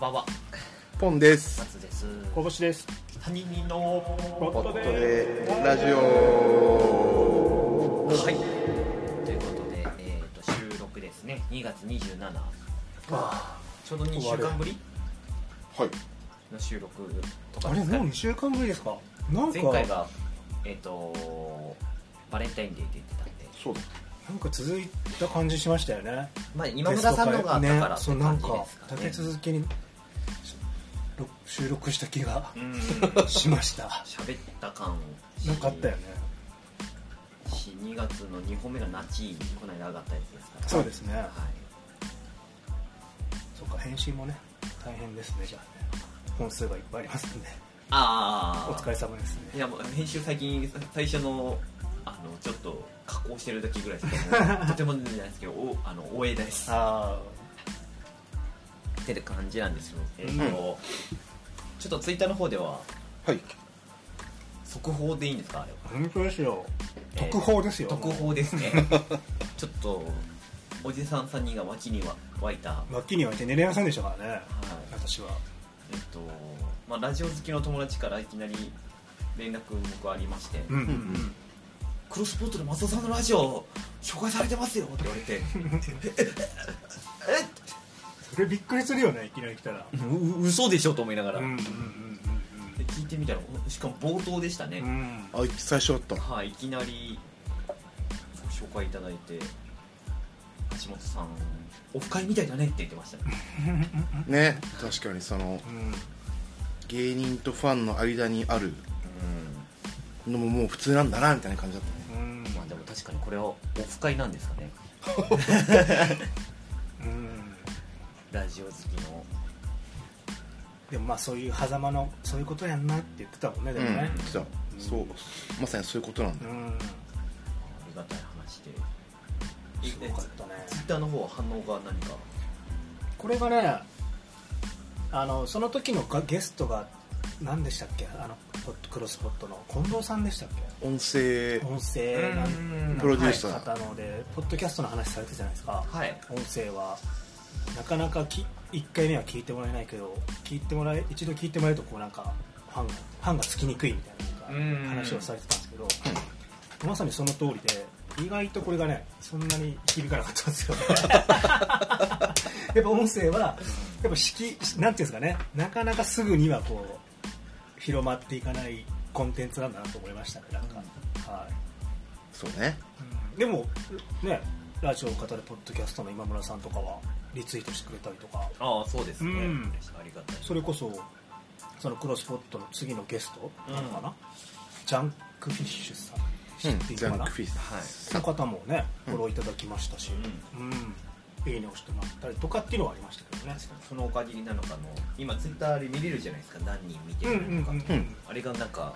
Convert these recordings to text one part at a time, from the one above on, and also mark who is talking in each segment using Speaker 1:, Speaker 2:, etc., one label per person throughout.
Speaker 1: ばんは
Speaker 2: ポンです
Speaker 1: 松です
Speaker 3: 拳です
Speaker 1: 他人にの
Speaker 3: ポットで
Speaker 2: ラジオ
Speaker 1: はいということで、えー、と収録ですね2月27ちょうど2週間ぶり
Speaker 2: はい
Speaker 1: の収録とか
Speaker 3: あれ
Speaker 1: ですか
Speaker 3: もう
Speaker 1: ね
Speaker 3: 2週間ぶりですかなんか
Speaker 1: 前回がえっ、とバレンタインデーって言ってたんで
Speaker 2: そうだ
Speaker 3: なんか続いた感じしましたよね
Speaker 1: まあ今村さんのがあったからっ
Speaker 3: ね
Speaker 1: て
Speaker 3: そうな
Speaker 1: 感
Speaker 3: ん
Speaker 1: じ
Speaker 3: か
Speaker 1: ですか
Speaker 3: 立
Speaker 1: ね
Speaker 3: て続けにしろ収録した気が
Speaker 1: うん
Speaker 3: しま した
Speaker 1: 喋った感
Speaker 3: なんかあったよね
Speaker 1: し2月の2本目がナチーにこの間上がったやつですから
Speaker 3: そうですね
Speaker 1: はい
Speaker 3: そうか返信もね大変ですねじゃあね本数がいっぱいありますんで
Speaker 1: ああ
Speaker 3: お疲れ様ですね
Speaker 1: いやもう編集最近最初のあのちょっと加工してる時ぐらいしか もうとてもじゃないですけどおあの応援です
Speaker 3: あ
Speaker 1: ってる感じなんですけど、えーとちょっとツイッターの方では
Speaker 2: はい
Speaker 1: 速報でいいんですかあれは
Speaker 3: あ本当ですよ
Speaker 1: えー
Speaker 3: 特報ですよ
Speaker 1: 特報です ねちょっとおじさん3人が脇には湧いた、はい
Speaker 3: 脇にはいて寝れませんでしたからね私は
Speaker 1: えっとまあ、ラジオ好きの友達からいきなり連絡僕ありまして、
Speaker 3: うんうん
Speaker 2: ん
Speaker 1: クロスポットで松田さんのラジオ紹介されてますよって言われてえええ
Speaker 3: それびっくりするよねいきなり来たら
Speaker 1: うう嘘でしょと思いながら、
Speaker 3: うんうんうん
Speaker 1: で聞いてみたらおしかも冒頭でしたね、
Speaker 3: うんうん
Speaker 2: あ最初だった
Speaker 1: はい、いきなりご紹介いただいて橋本さんオフ会みたいだねって言ってましたね
Speaker 2: ね確かにその
Speaker 3: うん
Speaker 2: 芸人とファンの間にあるのももう普通なんだなみたいな感じだったね
Speaker 3: うん
Speaker 1: まあでも確かにこれはオフ会なんですかね
Speaker 3: うん
Speaker 1: ラジオ好きの
Speaker 3: でもまあそういう狭間のそういうことやんなって言ってたもんねでもね
Speaker 2: うん来たそうまさにそういうことなんだ
Speaker 3: う
Speaker 2: よ
Speaker 3: ん、
Speaker 1: ありがたい話です
Speaker 3: ごかったね
Speaker 1: ツイッターの方は反応が何か
Speaker 3: これがねあのその時のがゲストが何でしたっけあのポックロスポットの近藤さんでしたっけ
Speaker 2: 音声
Speaker 3: 音声なん
Speaker 1: うん
Speaker 2: プロデューサー
Speaker 3: はい方のでポッドキャストの話されてたじゃないですか
Speaker 1: はい
Speaker 3: 音声はなかなかき1回目は聞いてもらえないけど聞いてもらえ一度聞いてもらえるとこうなんかファンがファンがつきにくいみたいななんか話をされてたんですけど、まさにその通りで意外とこれがねそんなに響かなかったんですよ やっぱ音声はやっぱ式なんていうんですかねなかなかすぐにはこう広まっていかないコンテンツなんだなと思いましたねなんか、はい
Speaker 2: そうね
Speaker 3: でもねラジオを語るポッドキャストの今村さんとかはリツイートしてくれたりとか
Speaker 1: ああそうですね、
Speaker 3: うん
Speaker 1: ありがたい
Speaker 3: それこそそのクロスポットの次のゲストなのかな、ジャンクフィッシュさん
Speaker 2: うんジ
Speaker 3: いい
Speaker 2: ャ
Speaker 3: のか
Speaker 2: ン
Speaker 3: な
Speaker 2: クフィス
Speaker 1: はい
Speaker 3: その方もね
Speaker 2: う
Speaker 3: フ
Speaker 2: ん
Speaker 3: ォローいただきましたし、うんいいねをしてもらったりとかっていうのはありましたけどね
Speaker 1: 確かにそのおかげなのかの今ツイッターで見れるじゃないですか何人見て
Speaker 3: うん
Speaker 1: る
Speaker 3: うん
Speaker 1: のか、
Speaker 3: うん、
Speaker 2: うん
Speaker 1: あれがなんか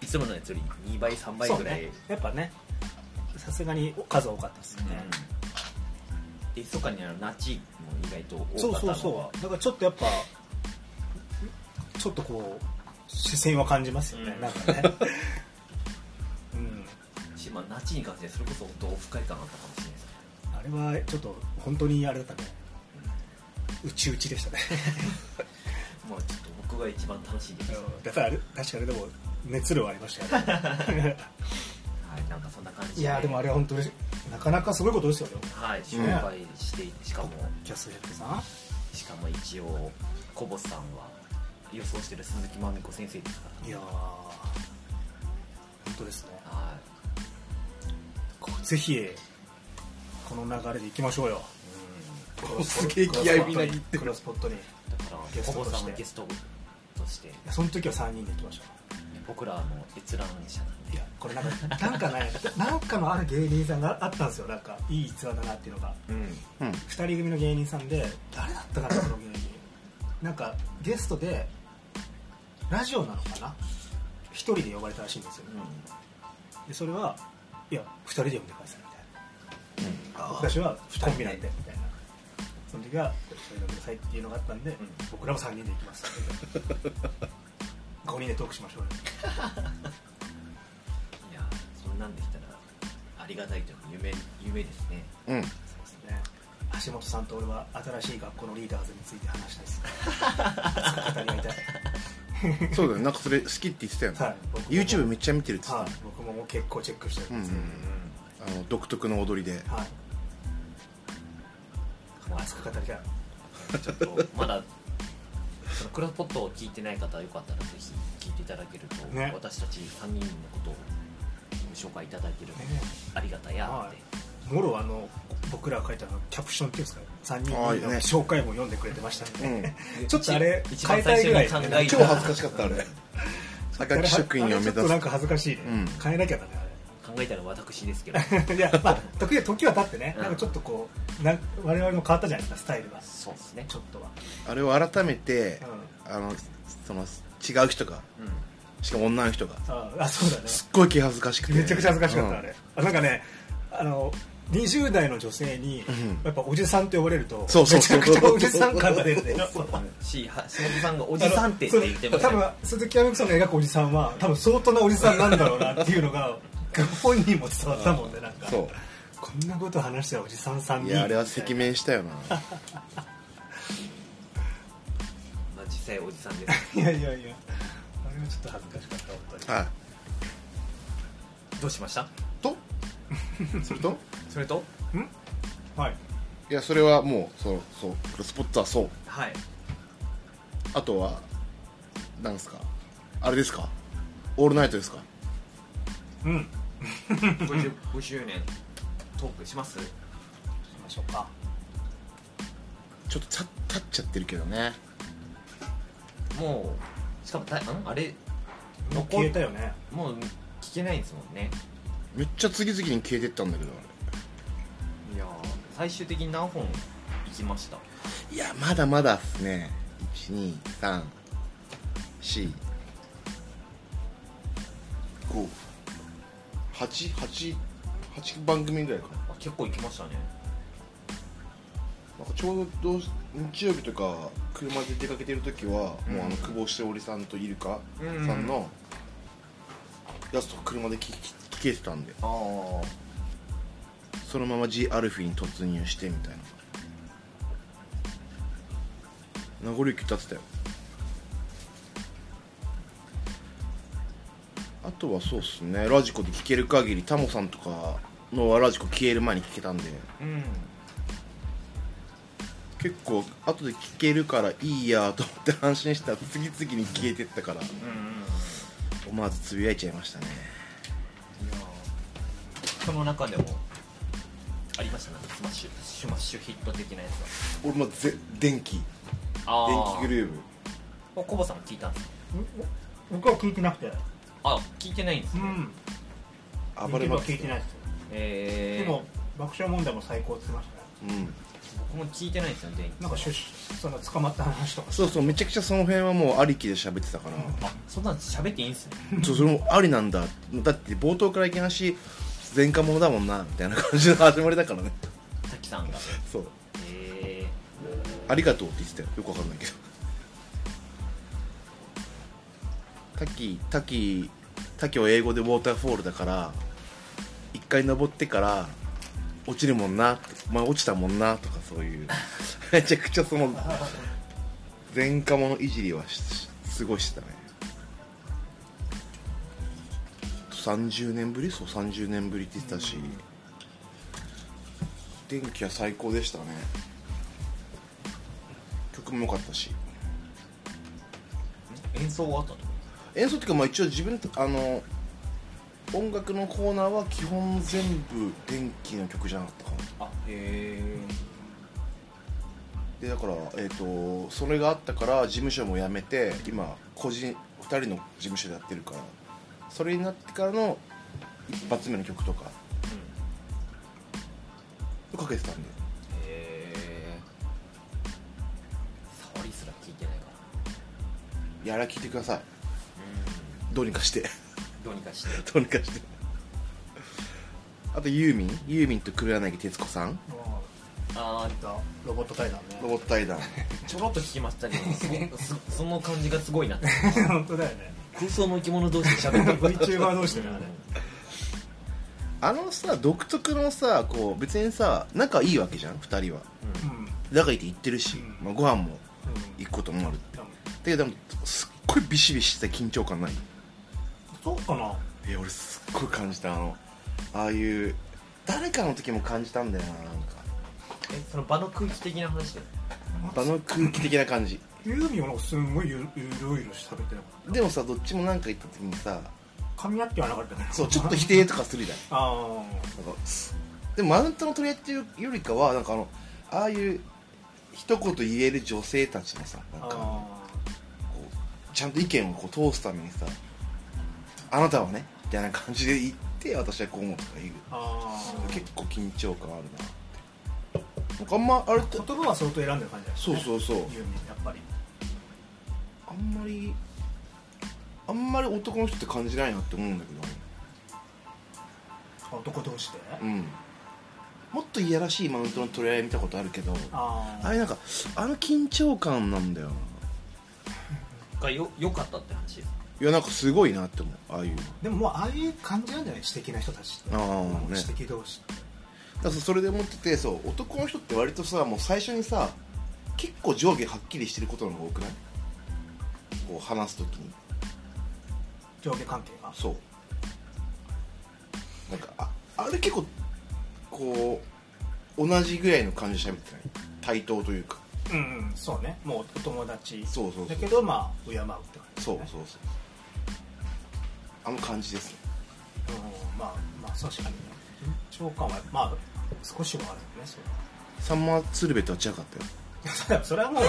Speaker 1: いつものやつより2倍3倍
Speaker 3: そう
Speaker 1: ぐらい
Speaker 3: ねやっぱねさすがに数は多かったですよね、
Speaker 1: うんで密かにあのナチも意外と
Speaker 3: そ
Speaker 1: 多
Speaker 3: う
Speaker 1: かった
Speaker 3: そ
Speaker 1: の
Speaker 3: う
Speaker 1: は
Speaker 3: そうだからちょっとやっぱちょっとこう視線は感じますよね、
Speaker 1: うん
Speaker 3: なんかね うん
Speaker 1: しまあ、ナチに関してそれこそ本当オフ会感あったかもしれないですね
Speaker 3: あれはちょっと本当にあれだったねうちうちでしたね
Speaker 1: まあちょっと僕が一番楽しんでました、
Speaker 3: だからあれ確かにでも熱量はありましたよ ね
Speaker 1: はいなんかそんな感じで
Speaker 3: いやでもあれは本当になかなかすごいことですよね
Speaker 1: はい紹介して、しかも
Speaker 3: キャスヘッドさん
Speaker 1: しかも一応コボさんは予想してる鈴木まみこ先生ですから
Speaker 3: いやー本当ですね
Speaker 1: はい
Speaker 3: こうぜひこの流れでいきましょうよ
Speaker 2: んすげえ気合いみんな言ってる
Speaker 3: クロスポットにい
Speaker 1: だから
Speaker 3: ゲスト
Speaker 1: コボ
Speaker 3: として
Speaker 1: さんのゲストとして
Speaker 3: やその時は3人で行きましょ
Speaker 1: 僕らの閲覧者なん
Speaker 3: うい
Speaker 1: で
Speaker 3: やこれなん かなんかねなんかのある芸人さんがあったんですよなんかいい逸話だなっていうのが
Speaker 1: うん
Speaker 2: うん
Speaker 3: 2人組の芸人さんで誰だったかなこの芸人なんかゲストでラジオなのかな1人で呼ばれたらしいんですよでそれはいや2人で呼んでくださいみたいな私はコンビなんでみたいなその時は「それでください」っていうのがあったんで、
Speaker 1: ん
Speaker 3: 僕らも3人で行きます5人でトークしましょうね
Speaker 1: いやそんなんできたらありがたいというか夢夢ですね
Speaker 2: うん
Speaker 3: そうですね橋本さんと俺は新しい学校のリーダーズについて話したいです語り合いたい
Speaker 2: そうだよなんかそれ好きって言ってたよね、
Speaker 3: はい僕も
Speaker 2: YouTube めっちゃ見てるっつってた、
Speaker 3: はい、僕も結構チェックしてる
Speaker 2: うんんう
Speaker 3: です
Speaker 2: ん
Speaker 3: よ、
Speaker 2: あの独特の踊りで
Speaker 3: はいもう熱く語りたい
Speaker 1: ちょっとまだそのクラスポットを聞いてない方はよかったらぜひ聞いていただけると、
Speaker 3: ね
Speaker 1: 私たち3人のことを紹介いただけるのでありがたやって、
Speaker 3: もろあの僕らが書いたあのキャプションっていうんですか3人
Speaker 2: ああいいね
Speaker 3: の紹介文読んでくれてました
Speaker 2: う
Speaker 3: ね
Speaker 2: ん
Speaker 3: ちょっとあれ
Speaker 1: 一
Speaker 3: 変
Speaker 1: 番
Speaker 3: えたい
Speaker 1: 最
Speaker 3: ぐらい
Speaker 1: 初に考え
Speaker 2: 超
Speaker 1: た
Speaker 2: 恥ずかしかったあれ赤木職員を目
Speaker 3: あれちょ
Speaker 2: 指
Speaker 3: っとなん
Speaker 2: す
Speaker 3: か恥ずかしいね、
Speaker 2: うん
Speaker 3: 変えなきゃだね
Speaker 1: 考えたのは私ですけど
Speaker 3: あれ いやまあ時は時は経ってね、なんかちょっとこうなん我々も変わったじゃないですかスタイルが
Speaker 1: そうですね
Speaker 3: ちょっとは、
Speaker 2: あれを改めて
Speaker 3: うん、
Speaker 2: あのその違う人がしかも女の人が
Speaker 3: ああそうだね
Speaker 2: すっごい気恥ずかしくて
Speaker 3: めちゃくちゃ恥ずかしかった、
Speaker 2: うん
Speaker 3: あれあなんかねあの20代の女性に、
Speaker 2: ん
Speaker 3: やっぱおじさんって呼ばれると
Speaker 2: そうそう
Speaker 3: めち
Speaker 2: そう
Speaker 3: ゃくちゃおじさん感が出るねそう
Speaker 4: しは下地さんが「おじさんって」って言ってまし
Speaker 3: 多
Speaker 4: た
Speaker 3: 分
Speaker 4: ね
Speaker 3: 鈴木亜美子さんが描くおじさんは多分相当なおじさんなんだろうなっていうのが本人も伝わったもんねなんか
Speaker 2: そ
Speaker 3: こんなこと話してるおじさんさん
Speaker 2: う
Speaker 3: に
Speaker 2: いやあれは赤面した よな
Speaker 4: まあ実際おじさんです
Speaker 3: いやいやいやあれはちょっと恥ずかしかった本当に
Speaker 2: は
Speaker 4: どうしました
Speaker 2: いとそれと
Speaker 4: それと
Speaker 3: はい
Speaker 2: いやそれはもうそうそうクロスポットはそう
Speaker 4: はい
Speaker 2: あとはなんですかあれですかオールナイトですか
Speaker 3: うん行
Speaker 4: 50 50周年トークします
Speaker 3: きましょうか
Speaker 2: ちょっとた立っちゃってるけどね
Speaker 4: もうしかもたんあれ
Speaker 3: もう消えたよね
Speaker 4: もう聞けないんですもんね
Speaker 2: めっちゃ次々に消えてったんだけどあ
Speaker 4: いやー最終的に何本行きました
Speaker 2: れいやまだまだっすね1234五八八八番組ぐらいかな
Speaker 4: あ結構行きましたね
Speaker 2: なんかちょうどどうし日曜日とか車で出かけてる時は、
Speaker 4: うん
Speaker 2: もうあの久保しておりさんとイルカ
Speaker 4: うんうん
Speaker 2: さんのやつとか車で聞き聞けてたんで
Speaker 4: ああ
Speaker 2: そのまま G アルフィに突入してみたいな名残雪立ってたよあとはそうっすねラジコで聴ける限りタモさんとかのはラジコ消える前に聴けたんで
Speaker 4: うん
Speaker 2: 結構後で聴けるからいいやと思って安心したら次々に消えてったから
Speaker 4: うんうん
Speaker 2: 思わずつぶやいちゃいましたね
Speaker 4: いやーその中でもありましたねスマッシュスマッシュヒット的なやつ
Speaker 2: 俺もぜ電気電
Speaker 4: があー
Speaker 2: 気グルーヴ
Speaker 4: あコバさん聞いたんですか
Speaker 3: 僕は聞いてなくて
Speaker 4: あ聞いてないんです
Speaker 3: う
Speaker 4: ね、
Speaker 3: ん
Speaker 2: 暴れまくって
Speaker 3: 聞いてないですよ
Speaker 4: えー、
Speaker 3: でも爆笑問題も最高って言ってましたね
Speaker 2: うん
Speaker 4: 僕も聞いてないんですよ電気
Speaker 3: なんか出その捕まった話とか
Speaker 2: そうそうめちゃくちゃその辺はもうありきで喋ってたから
Speaker 4: あそんなん喋っていいんですね
Speaker 2: そうそれもありなんだだって冒頭からいけなし前科者だもんなみたいな感じの始まりだからね
Speaker 4: さきさんが
Speaker 2: そう
Speaker 4: え
Speaker 2: ありがとうって言ってたよよくわかんないけどタキタキタキを英語でウォーターフォールだから一回登ってから落ちるもんなってお前落ちたもんなとかそういうめちゃくちゃその前科者いじりはししすごいしてたね30年ぶりそう30年ぶりって言ってたし、電気は最高でしたね曲も良かったし
Speaker 4: ー、演奏があったと
Speaker 2: 演奏っていうかまあ一応自分あの音楽のコーナーは基本全部電気の曲じゃなかったかな
Speaker 4: あへ
Speaker 2: でだからえっ、とそれがあったから事務所も辞めて今個人2人の事務所でやってるからそれになってからの一発目の曲とか
Speaker 4: え、うん、
Speaker 2: をかけてたんで
Speaker 4: へえ触りすら聞いてないから
Speaker 2: いやあれは聴いてください
Speaker 4: うん
Speaker 2: どうにかして
Speaker 4: どうにかして
Speaker 2: どうにかしてあとユーミンユーミンと黒柳徹子さん
Speaker 3: も
Speaker 4: あ
Speaker 3: うロボット対談
Speaker 2: ロ
Speaker 3: ね
Speaker 2: ボット対談
Speaker 4: ーちょろっと聞きましたけどすごすその感じがすごいなって
Speaker 3: 本当だよね
Speaker 4: 空想の生き物同士で喋ってる
Speaker 3: VTuber 同士だよねあれ
Speaker 2: あのさ独特のさこう別にさ仲いいわけじゃん2人は
Speaker 3: うん
Speaker 2: 仲いいって言ってるし、
Speaker 3: うん
Speaker 2: まあ、ご飯も
Speaker 3: うん
Speaker 2: 行くこともあるだ
Speaker 3: でも
Speaker 2: けどでもすっごいビシビシした緊張感ない
Speaker 3: そうかない
Speaker 2: や俺すっごい感じたあのああいう誰かの時も感じたんだよななんか
Speaker 4: えその場の空気的な話で
Speaker 2: 場の空気的な感 じ
Speaker 3: ユーミンはなんかすんごいゆるゆるゆるし喋ってなかっ
Speaker 2: でもさどっちもなんか言った時にさ
Speaker 3: た噛み合ってはなかったね
Speaker 2: そうちょっと否定とかするじゃんな
Speaker 3: あ
Speaker 2: んかでもマウントの取り合いっていうよりかはなんかあのああいう一言言える女性たちのさ
Speaker 3: ー
Speaker 2: なんか
Speaker 3: あ
Speaker 2: こうちゃんと意見をこう通すためにさ「あなたはね」みたいな感じで言って私はこう思うとか言う
Speaker 3: ーあー
Speaker 2: 結構緊張感あるなってなんかあんまあれって
Speaker 3: 言葉は相当選んでる感じだよね
Speaker 2: そうそうそう
Speaker 3: ユーミンやっぱり
Speaker 2: あんまりあんまり男の人って感じないなって思うんだけど
Speaker 3: 男同士で
Speaker 2: うんもっといやらしいマウントの取り合い見たことあるけど
Speaker 3: あ
Speaker 2: あれなんかあの緊張感なんだよな
Speaker 1: がよ良かったって話です
Speaker 2: いやなんかすごいなって思うああいう
Speaker 3: でももうああいう感じなんじゃない私的な人たちって
Speaker 2: ああね
Speaker 3: 私的同士
Speaker 2: だからそれで思っててそう男の人って割とさもう最初にさ結構上下はっきりしてることの方が多くないこう話すときに
Speaker 3: 上下関係が
Speaker 2: そうなんかああれ結構こう同じぐらいの感じで喋ってない対等というか
Speaker 3: うんうんそうねもうお友達
Speaker 2: そうそうそ
Speaker 3: だ
Speaker 2: う
Speaker 3: けどまあ敬うって感じ
Speaker 2: そう
Speaker 3: ね
Speaker 2: そうそうあの感じですね
Speaker 3: うんまあまあ確かにね緊張感はまあ少しはあるよねそれは
Speaker 2: さんま鶴瓶とは違かったよ
Speaker 3: いやそれはそれ はもう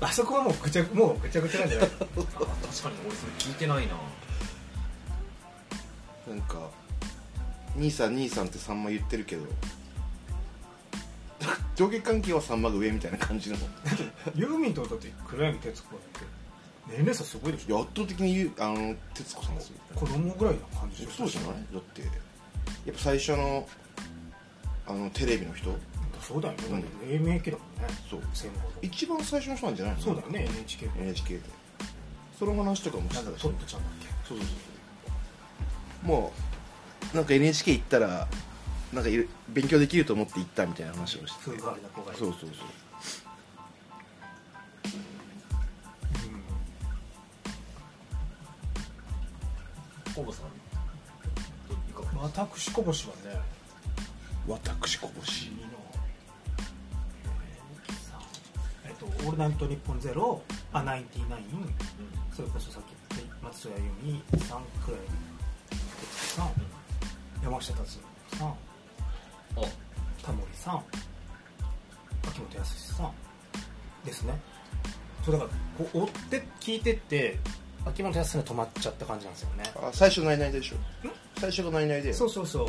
Speaker 3: あそこはもうぐちゃもうぐちゃぐちゃなんじゃないの
Speaker 4: あ確かに俺それ聞いてないな
Speaker 2: なんか「兄さん兄さん」ってさんま言ってるけど上下関係はさんまが上みたいな感じの
Speaker 3: ユーミンとだって黒柳徹子だって年齢差すごいでし
Speaker 2: い
Speaker 3: ょ
Speaker 2: や圧倒的にゆあの徹子さんですよ
Speaker 3: 子供ぐらいの感じでし
Speaker 2: そ
Speaker 3: ょ
Speaker 2: うじゃないだってやっぱ最初のあのテレビの人
Speaker 3: そうだよね
Speaker 2: うん
Speaker 3: だって AMAK だもんね
Speaker 2: そう
Speaker 3: 戦後の
Speaker 2: 一番最初の人なんじゃないの
Speaker 3: そうだよね NHK の
Speaker 2: NHK でその話とかもして
Speaker 3: なんだ
Speaker 2: たし
Speaker 3: トットちゃんだっけ
Speaker 2: そうそうそうそうもうなんか NHK 行ったらなんかいる勉強できると思って行ったみたいな話をして
Speaker 3: 風
Speaker 2: て
Speaker 3: 変わりな子がいる
Speaker 2: そうそうそう
Speaker 3: う
Speaker 1: コボさんどういかが
Speaker 3: ん私こぼしはね
Speaker 2: 私こぼし
Speaker 3: 君のえっと「オールナイトニッポンゼロあナインティナインそれこそさっき言った松任谷由実さんくらいさん山下達郎さん
Speaker 1: あ
Speaker 3: タモリさん秋元康さんですねそうだからこう追って聞いてって秋元康さんが止まっちゃった感じなんですよね
Speaker 2: あ最初ないないでしょ最初がないないで
Speaker 3: そうそうそう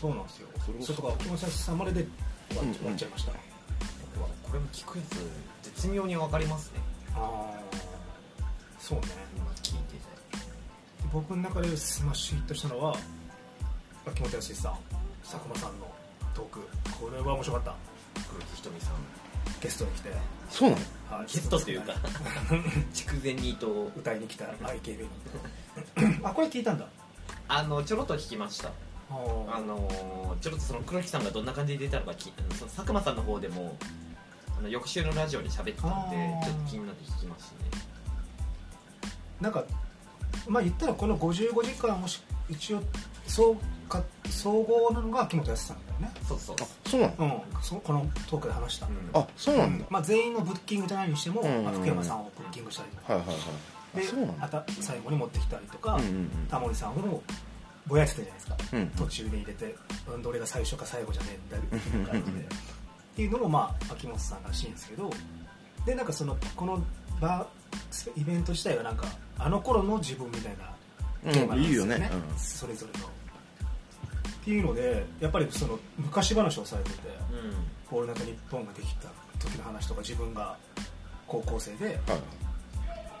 Speaker 3: そうなんですよ
Speaker 2: それも
Speaker 3: そ
Speaker 2: そう
Speaker 3: とか秋元康さんまでで終わっちゃ終わっちゃいました、
Speaker 4: うわこれも聞くやつ絶妙に分かりますね
Speaker 3: ああそうね
Speaker 4: 今聞いて
Speaker 3: 僕の中でスマッシュヒットしたのは秋元康さん佐久間さんのトークこれは面白かった
Speaker 4: た黒木ひとみさん
Speaker 3: ゲストに来て、
Speaker 2: そうなの
Speaker 3: はい
Speaker 4: ゲストというか筑前煮と
Speaker 3: 歌いに来た IKB の あこれ聞いたんだ
Speaker 4: あのちょろっと聞きました
Speaker 3: あ
Speaker 4: あのーちょっとその黒木さんがどんな感じで出たのかきその佐久間さんの方でもあの翌週のラジオで喋ってたんで
Speaker 3: あー
Speaker 4: ちょっと気になって聞きましたね
Speaker 3: なんかまあ言ったらこの55時間もし一応総か総合なのが秋元康さんだよね
Speaker 4: そうそうそう
Speaker 2: そうなの
Speaker 3: うんそこのトークで話した、
Speaker 4: うん
Speaker 2: あそうなんだ
Speaker 3: まあ、全員のブッキングじゃないにしても、
Speaker 2: うん
Speaker 3: まあ、福山さんをブッキングしたりとか、
Speaker 2: はいはいはいあ
Speaker 3: で
Speaker 2: そうなん
Speaker 3: あ
Speaker 2: だ
Speaker 3: た最後に持ってきたりとか、
Speaker 2: うんうん
Speaker 3: タモリさんをぼやいてたじゃないですか
Speaker 2: うんうん
Speaker 3: 途中で入れてうんどれが最初か最後じゃねえんだみたいな感じ
Speaker 2: うん
Speaker 3: でっていうのもまあ秋元さんらしいんですけどでなんかそのこの場イベント自体がなんかあの頃の自分みたいなテーマ
Speaker 2: う
Speaker 3: なん
Speaker 2: ん
Speaker 3: で
Speaker 2: いい
Speaker 3: す
Speaker 2: よね
Speaker 3: それぞれのっていうのでやっぱりその昔話をされてて
Speaker 4: うん
Speaker 3: 「オールナイトニッポン」ができた時の話とか自分が高校生で
Speaker 2: うんはい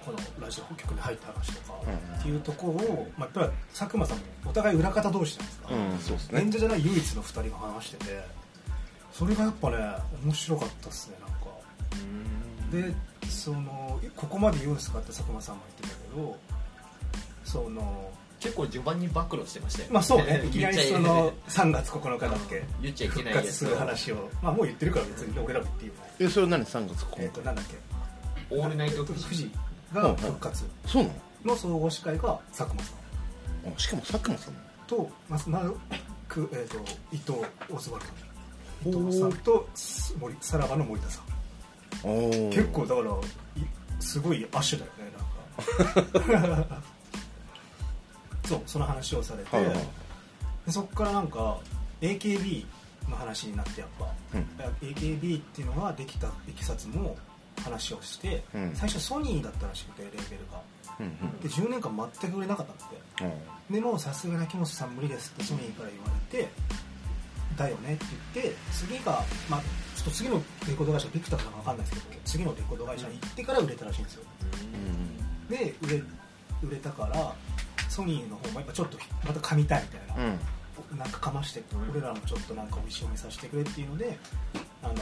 Speaker 3: このラジオ局に入った話とか
Speaker 2: うん
Speaker 3: っていうところを、まあ、やっぱり佐久間さんもお互い裏方同士じゃないですか、
Speaker 2: うんそうです
Speaker 3: 演
Speaker 2: ね
Speaker 3: 者じゃない唯一の2人が話しててそれがやっぱね面白かったっすねなんかでそのえここまで言うんですかって佐久間さんも言ってたけどその
Speaker 4: 結構序盤に暴露してましたよ
Speaker 3: まあそうねいき
Speaker 4: 言
Speaker 3: なり
Speaker 4: っちゃ
Speaker 3: そ
Speaker 4: い
Speaker 3: の3月9日だっけ
Speaker 4: 言っちゃいけ
Speaker 3: 復
Speaker 4: ないや
Speaker 3: 活す
Speaker 4: つ
Speaker 3: る
Speaker 4: を
Speaker 3: 話をまあもう言ってるから別に俺らも言っていいよね
Speaker 2: えそれ何3月9
Speaker 3: えっ
Speaker 2: 日
Speaker 3: となんだっけ
Speaker 4: オールナイトフ
Speaker 3: 富
Speaker 4: ジ
Speaker 3: 士が復活
Speaker 2: そうなの
Speaker 3: の総合司会が佐久間さん
Speaker 2: あしかも佐久間さんなの
Speaker 3: と、ままくえー、と伊藤大坪君伊藤さんとす森さらばの森田さん
Speaker 2: おー
Speaker 3: 結構だからいすごい亜種だよねなん かそうその話をされて、
Speaker 2: はいはい
Speaker 3: でそこからなんか AKB の話になってやっぱ、
Speaker 2: うん
Speaker 3: だから AKB っていうのができたいきさつも話をして、
Speaker 2: うん
Speaker 3: 最初ソニーだったらしくてレーベルが
Speaker 2: うんうん
Speaker 3: で10年間全く売れなかったんだって
Speaker 2: あー
Speaker 3: でもさすがに秋元さん無理ですってソニーから言われてだよねって言って次が、まあ、ちょっと次のレコード会社ビクターか分かんないですけど次のレコード会社に行ってから売れたらしいんですよ
Speaker 2: う
Speaker 3: で売れ売れたからソニーの方もやっぱちょっとまた噛みたいみたい
Speaker 2: ん
Speaker 3: な、
Speaker 2: うん
Speaker 3: なんかかまして俺らもちょっとなんか美味しいお店させてくれっていうのであの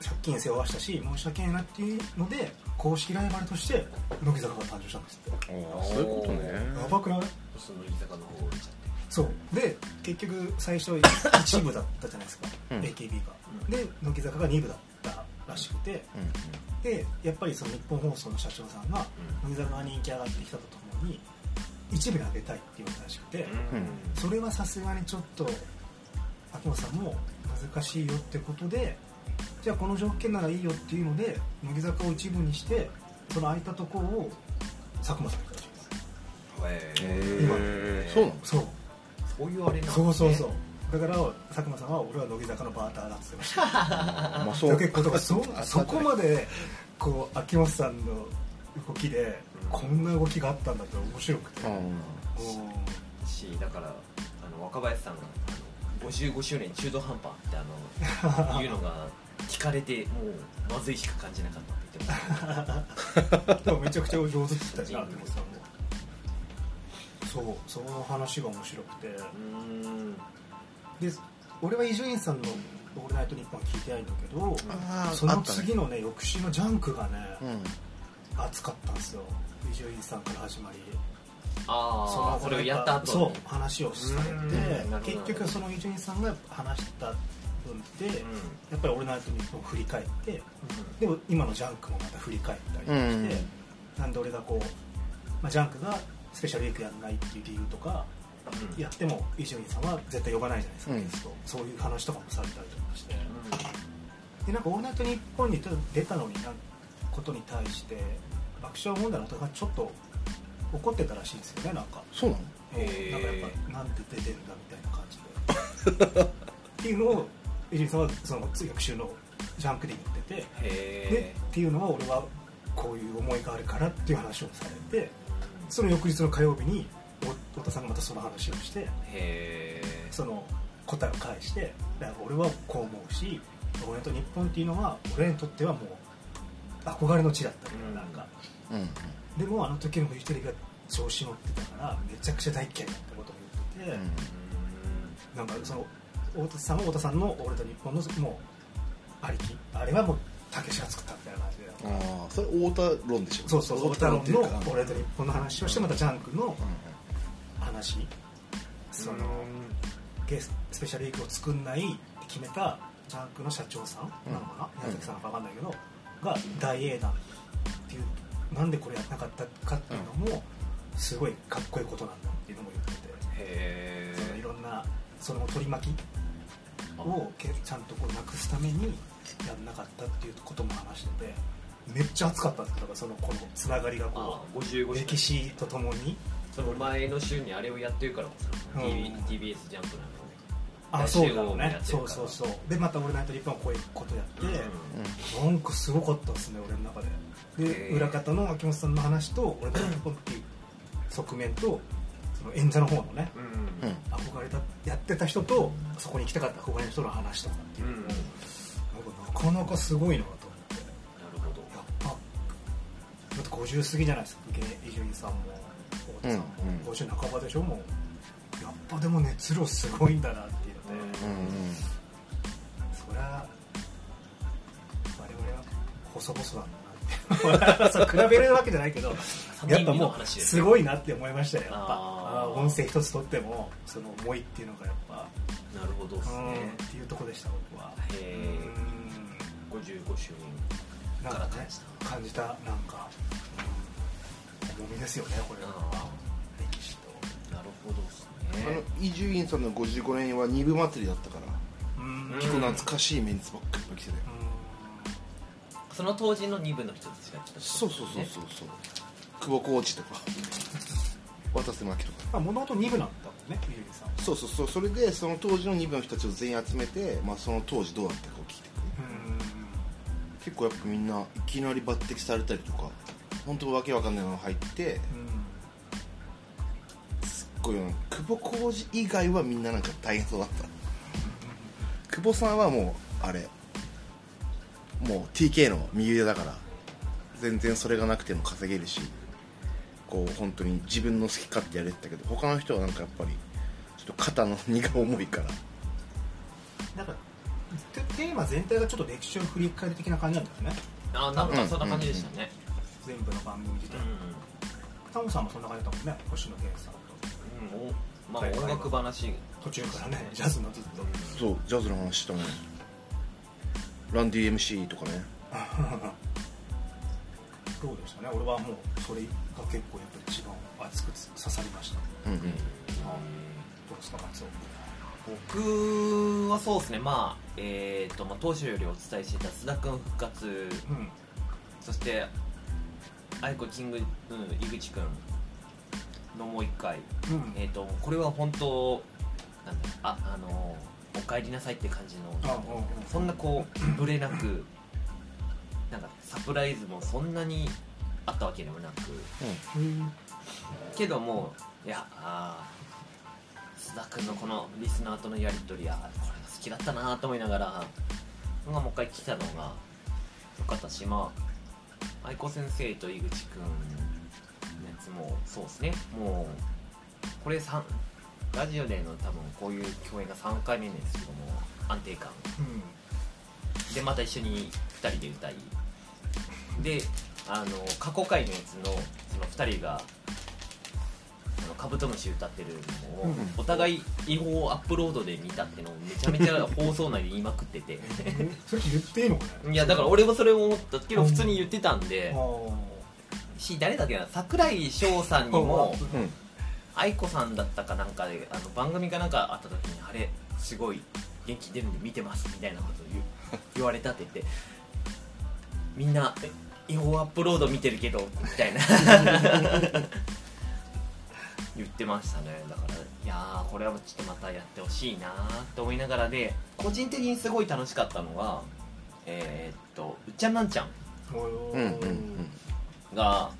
Speaker 3: 借金背負わしたし申し訳ないなっていうので公式ライバルとして乃木坂が誕生したんですって
Speaker 2: ああそういうことね
Speaker 3: やばくない
Speaker 1: その居酒の方をちゃって
Speaker 3: そうで結局最初一部だったじゃないですか、
Speaker 2: うん
Speaker 3: AKB が
Speaker 1: うん
Speaker 3: で乃木坂が2部だったらしくて
Speaker 2: うんうん
Speaker 3: でやっぱりその日本放送の社長さんが乃木坂が人気上がってきたとともに一部に上げたいって言われたらしくて、それはさすがにちょっと秋元さんも難しいよってことでじゃあこの条件ならいいよっていうので乃木坂を一部にしてその空いたところを佐久間さんに行ったらしいです
Speaker 4: へ
Speaker 2: へーそうなの
Speaker 3: そう
Speaker 4: そういうあれなん
Speaker 3: そうそうそうだから佐久間さんは俺は乃木坂のバーターだって言ってました
Speaker 2: まあ
Speaker 3: そ
Speaker 2: そうう
Speaker 3: 結構だからそそこまでこう秋元さんの動きでこんな動きがあったんだって面白くて、
Speaker 2: う
Speaker 3: も
Speaker 2: ん
Speaker 4: うしだからあの若林さんがあの55周年中途半端ってあのいうのが聞かれてもうまずいしか感じなかったって言ってました
Speaker 3: うでもめちゃくちゃお上手って言ったじゃん秋元さんもそうその話が面白くて
Speaker 4: うん
Speaker 3: で俺は伊集院さんの「オールナイトニッポン」は聞いてないんだけど
Speaker 2: あー
Speaker 3: そ
Speaker 2: あ
Speaker 3: の
Speaker 2: ったね
Speaker 3: 次のね翌週の「ジャンク」がね、
Speaker 2: うん
Speaker 3: 熱かったんですよ伊集院さんから始まり
Speaker 1: ああそれをやった後
Speaker 3: そう話をされ
Speaker 4: うんなる
Speaker 3: て
Speaker 4: ほど
Speaker 3: 結局その伊集院さんが話した分で、やっぱり俺の後にこう振り返ってでも今のジャンクもまた振り返ったりして、
Speaker 2: うん
Speaker 3: なんで俺がこう、まあ、ジャンクがスペシャルウィークやんないっていう理由とか
Speaker 4: いや
Speaker 3: やっても伊集院さんは絶対呼ばないじゃないですか、
Speaker 2: うん
Speaker 3: ゲストそういう話とかもされたりとかして、でなんか「オールナイトニッポン」に出たのになんことに対して爆笑問題の人がちょっと怒ってたらしいんですよねなんか。
Speaker 2: そうなの
Speaker 4: へー
Speaker 3: なんかやっぱなんて出てるんだみたいな感じでっていうのを伊集院さんはその次翌週のジャンクで言ってて、で
Speaker 4: へ
Speaker 3: っていうのは俺はこういう思いがあるからっていう話をされてその翌日の火曜日にお太田さんがまたその話をして
Speaker 4: えへえ
Speaker 3: その答えを返してだから俺はこう思うし俺と日本っていうのは俺にとってはもう憧れの地だったみたいななんか、
Speaker 2: うんうん
Speaker 3: でもあの時のフジテレビが調子乗ってたからめちゃくちゃ大嫌いだってことを言ってて、なんかその太田さんは太田さんの「俺と日本のもうありきあれはもうたけしが作ったみたいな感じで
Speaker 2: ああそれ太田論でしょ
Speaker 3: そうそう太田
Speaker 2: 論ってい
Speaker 3: の
Speaker 2: うか
Speaker 3: 「俺と日本の話をしてまたジャンクの話そのゲススペシャルウィークを作んないって決めたジャンクの社長さん
Speaker 2: うん
Speaker 3: なのかな、
Speaker 2: うん
Speaker 3: 宮崎さんのか分かんないけどが大英断っていうなんでこれやらなかったかっていうのもすごいかっこいいことなんだっていうのも言ってて。
Speaker 4: へ
Speaker 3: そのい
Speaker 4: え
Speaker 3: ろんなその取り巻きをけちゃんとこうなくすためにやんなかったっていうことも話しててめっちゃ熱かったんですよだからそのこのつながりがこ
Speaker 4: ああ55
Speaker 3: う
Speaker 4: 周
Speaker 3: 歴
Speaker 4: 年
Speaker 3: 史とともに
Speaker 4: その前の週にあれをやってるからこそ
Speaker 3: うん
Speaker 4: TV TBS ジャンプなの
Speaker 3: あ
Speaker 4: 歴史
Speaker 3: そうだ
Speaker 4: を
Speaker 3: ろう
Speaker 4: やって
Speaker 3: ね
Speaker 4: るか
Speaker 3: そ
Speaker 4: ら
Speaker 3: うそうそうでまた「俺のナイトリップ」もこういうことやって、
Speaker 4: で
Speaker 3: なんかすごかったですね俺の中でで
Speaker 4: へー
Speaker 3: 裏方の秋元さんの話と俺のナイトリップっていう側面とその演者の方のね
Speaker 4: うんうん
Speaker 2: うん
Speaker 3: 憧れたやってた人とそこに行きたかった憧れの人の話とかっていう
Speaker 4: うんなる
Speaker 3: なんかなかなかすごいなと思って
Speaker 4: ほど
Speaker 3: やっぱだって50過ぎじゃないですか伊集院さんも太田さんも、
Speaker 2: うんうん
Speaker 3: 50半ばでしょもうやっぱでも熱量すごいんだなっていうので、
Speaker 2: うんうんうん
Speaker 3: そりゃ我々は細々なんだなってって そう比べるわけじゃないけどやっぱ
Speaker 1: 三人の
Speaker 3: もう
Speaker 1: 話です
Speaker 3: すごいなって思いましたよやっぱ
Speaker 1: あ
Speaker 3: あ
Speaker 1: ー
Speaker 3: ー音声一つとってもその思いっていうのがやっぱ
Speaker 1: なるほどです
Speaker 3: うんっ
Speaker 1: ね
Speaker 3: ていうとこでした僕はう
Speaker 1: へえ
Speaker 3: ん
Speaker 1: 55周
Speaker 3: な
Speaker 1: 年
Speaker 3: ん
Speaker 1: か
Speaker 3: から
Speaker 1: 感
Speaker 3: ね
Speaker 1: じた
Speaker 3: 感じたなんかうん重みですよねこれは
Speaker 1: あ
Speaker 3: 歴史と
Speaker 1: なるほどです
Speaker 2: あの
Speaker 1: ね
Speaker 2: 伊集院さんの55年は二部祭りだったから
Speaker 3: うん
Speaker 1: うん
Speaker 2: 結構懐かしいメンツばっかり来てたよ
Speaker 1: その当時の2部の人たちが来た
Speaker 2: そうそうそうそうそう久保コーチとか渡瀬真希とか
Speaker 3: まあ、もともと2部なんだもんね、ゆりさんは。
Speaker 2: そうそうそうそれでその当時の2部の人たちを全員集めて、まあ、その当時どうだったかを聞いてくる結構やっぱみんないきなり抜擢されたりとか本当わけわかんないのが入って
Speaker 3: う
Speaker 2: こういうの久保浩二以外はみんななんか大変そうだった久保さんはもうあれもう TK の右腕だから全然それがなくても稼げるしこう本当に自分の好き勝手やれてたけど他の人はなんかやっぱりちょっと肩の荷が重いから
Speaker 3: ん。なんか、テテーマ全体がちょっと歴史を振り返る的な感じなんだよね。
Speaker 1: あなんかそんな感じでしたね
Speaker 3: 全部の番組自体。
Speaker 1: う
Speaker 3: タモさんもそんな感じだったもんね、星野源さんと。
Speaker 1: ん、うんおまあ音楽話
Speaker 3: 途中からね、ジャズのずっと。
Speaker 2: そうジャズの話したねランディ MC とかね
Speaker 3: どうでしたね、俺はもう、それが結構やっぱり一番熱く刺さりました。
Speaker 2: うんうん
Speaker 3: どうですか、松尾
Speaker 1: 僕はそうですねまあえっ、と、まあ、当初よりお伝えしていた須田君復活
Speaker 3: うん。
Speaker 1: そして愛子キング、うん、井口君のもう一回
Speaker 3: うん。
Speaker 1: えっ、とこれは本当なんだああのお帰りなさいって感じ
Speaker 3: あ
Speaker 1: の
Speaker 3: うんうん
Speaker 1: そんなこうぶれなくなんかサプライズもそんなにあったわけでもなく
Speaker 3: うん
Speaker 1: けどもいやあー須田君のこのリスナーとのやり取りあーこれが好きだったなと思いながらそれがもう一回来たのがよかったしまあ愛子先生と井口君のやつもそうですねもうこれ三ラジオでの多分こういう共演が3回目ですけども安定感
Speaker 3: うん
Speaker 1: でまた一緒に2人で歌いであの過去回のやつのその2人があのカブトムシ歌ってるのを、
Speaker 3: うん
Speaker 1: お互い違法アップロードで見たってのをめちゃめちゃ放送内で言いまくってて
Speaker 3: えそれ言っていいのこれ。
Speaker 1: いやだから俺もそれを思ったけど普通に言ってたんで
Speaker 3: あ
Speaker 1: し誰だっけな櫻井翔さんに
Speaker 3: あ。
Speaker 1: も
Speaker 2: うんうん
Speaker 1: 愛子さんだったかなんかであの番組かなんかあった時にあれすごい元気出るんで見てますみたいなことを言う 言われたって言ってみんなえ違法アップロード見てるけどみたいな 言ってましたねだからいやーこれはちょっとまたやってほしいなーと思いながらで個人的にすごい楽しかったのはえーっとうっちゃんなんちゃん
Speaker 3: お
Speaker 2: うんうん
Speaker 3: ー
Speaker 2: うん
Speaker 1: が